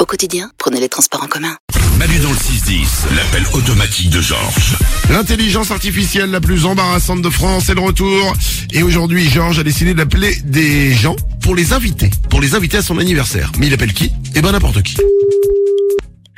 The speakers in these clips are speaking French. Au quotidien, prenez les transports en commun. Manu dans le 6-10, l'appel automatique de Georges. L'intelligence artificielle la plus embarrassante de France est de retour. Et aujourd'hui, Georges a décidé d'appeler des gens pour les inviter. Pour les inviter à son anniversaire. Mais il appelle qui Eh ben n'importe qui.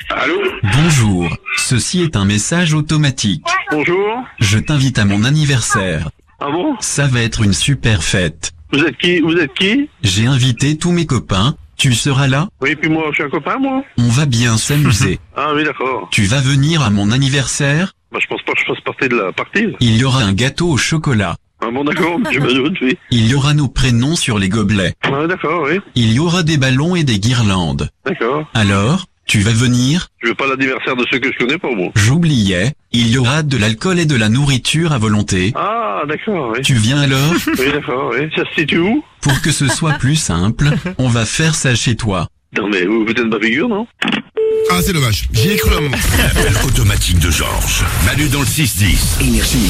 Allô Bonjour, ceci est un message automatique. Bonjour Je t'invite à mon anniversaire. Ah bon Ça va être une super fête. Vous êtes qui Vous êtes qui J'ai invité tous mes copains. Tu seras là Oui, puis moi, je suis un copain, moi On va bien s'amuser. Ah oui, d'accord. Tu vas venir à mon anniversaire Bah, je pense pas que je fasse partie de la partie. Il y aura un gâteau au chocolat. Ah bon, d'accord, je me doute, oui. Il y aura nos prénoms sur les gobelets. Ah, d'accord, oui. Il y aura des ballons et des guirlandes. D'accord. Alors, tu vas venir Je veux pas l'anniversaire de ceux que je connais pas, moi. J'oubliais, il y aura de l'alcool et de la nourriture à volonté. Ah, d'accord, oui. Tu viens alors Oui, d'accord, oui. Ça se situe où Pour que ce soit plus simple, on va faire ça chez toi. Non, mais vous, vous êtes ma figure, non Ah, c'est dommage. J'y ai cru un moment. L'appel automatique de Georges. Manu dans le 6-10. Énergie.